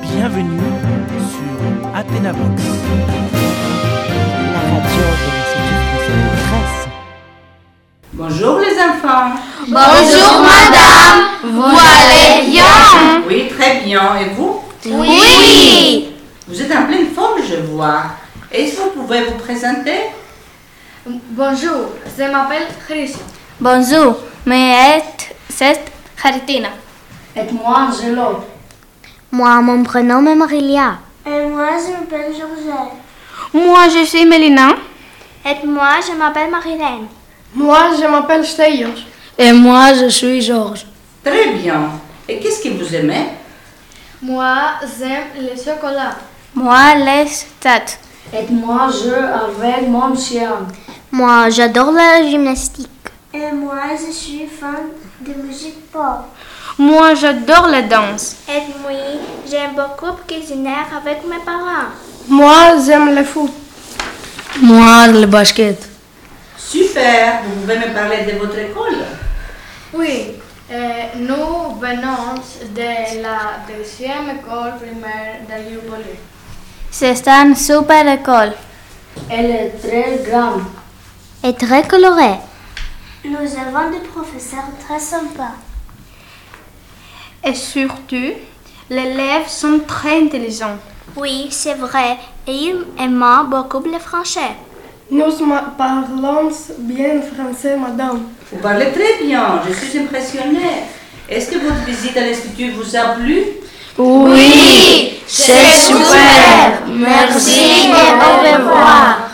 bienvenue sur Athénabox. La radio de l'Institut français de presse. Bonjour les enfants. Bonjour madame, vous allez bien Oui, très bien. Et vous Oui Vous êtes en pleine forme, je vois. Est-ce que vous pouvez vous présenter Bonjour, je m'appelle Chris. Bonjour, mais c'est Haritina. Et moi, Angelo. Moi, mon prénom est Marilia. Et moi, je m'appelle Georgette. Moi je suis Mélina. Et moi, je m'appelle Marilène. Moi, je m'appelle Steyer. Et moi, je suis Georges. Très bien. Et qu'est-ce que vous aimez Moi, j'aime le chocolat. Moi les stats. Et moi, je avec mon chien. Moi, j'adore la gymnastique. Et moi, je suis fan de musique pop. Moi j'adore la danse. Et moi, j'aime beaucoup cuisiner avec mes parents. Moi, j'aime le foot. Moi, le basket. Super. Vous pouvez me parler de votre école Oui, euh, nous venons de la deuxième école primaire de Liupoli. C'est une super école. Elle est très grande. Et très colorée. Nous avons des professeurs très sympas. Et surtout, les élèves sont très intelligents. Oui, c'est vrai. Et ils aiment beaucoup le français. Nous parlons bien français, madame. Vous parlez très bien. Je suis impressionnée. Est-ce que votre visite à l'Institut vous a plu Oui, c'est super. Merci et au revoir.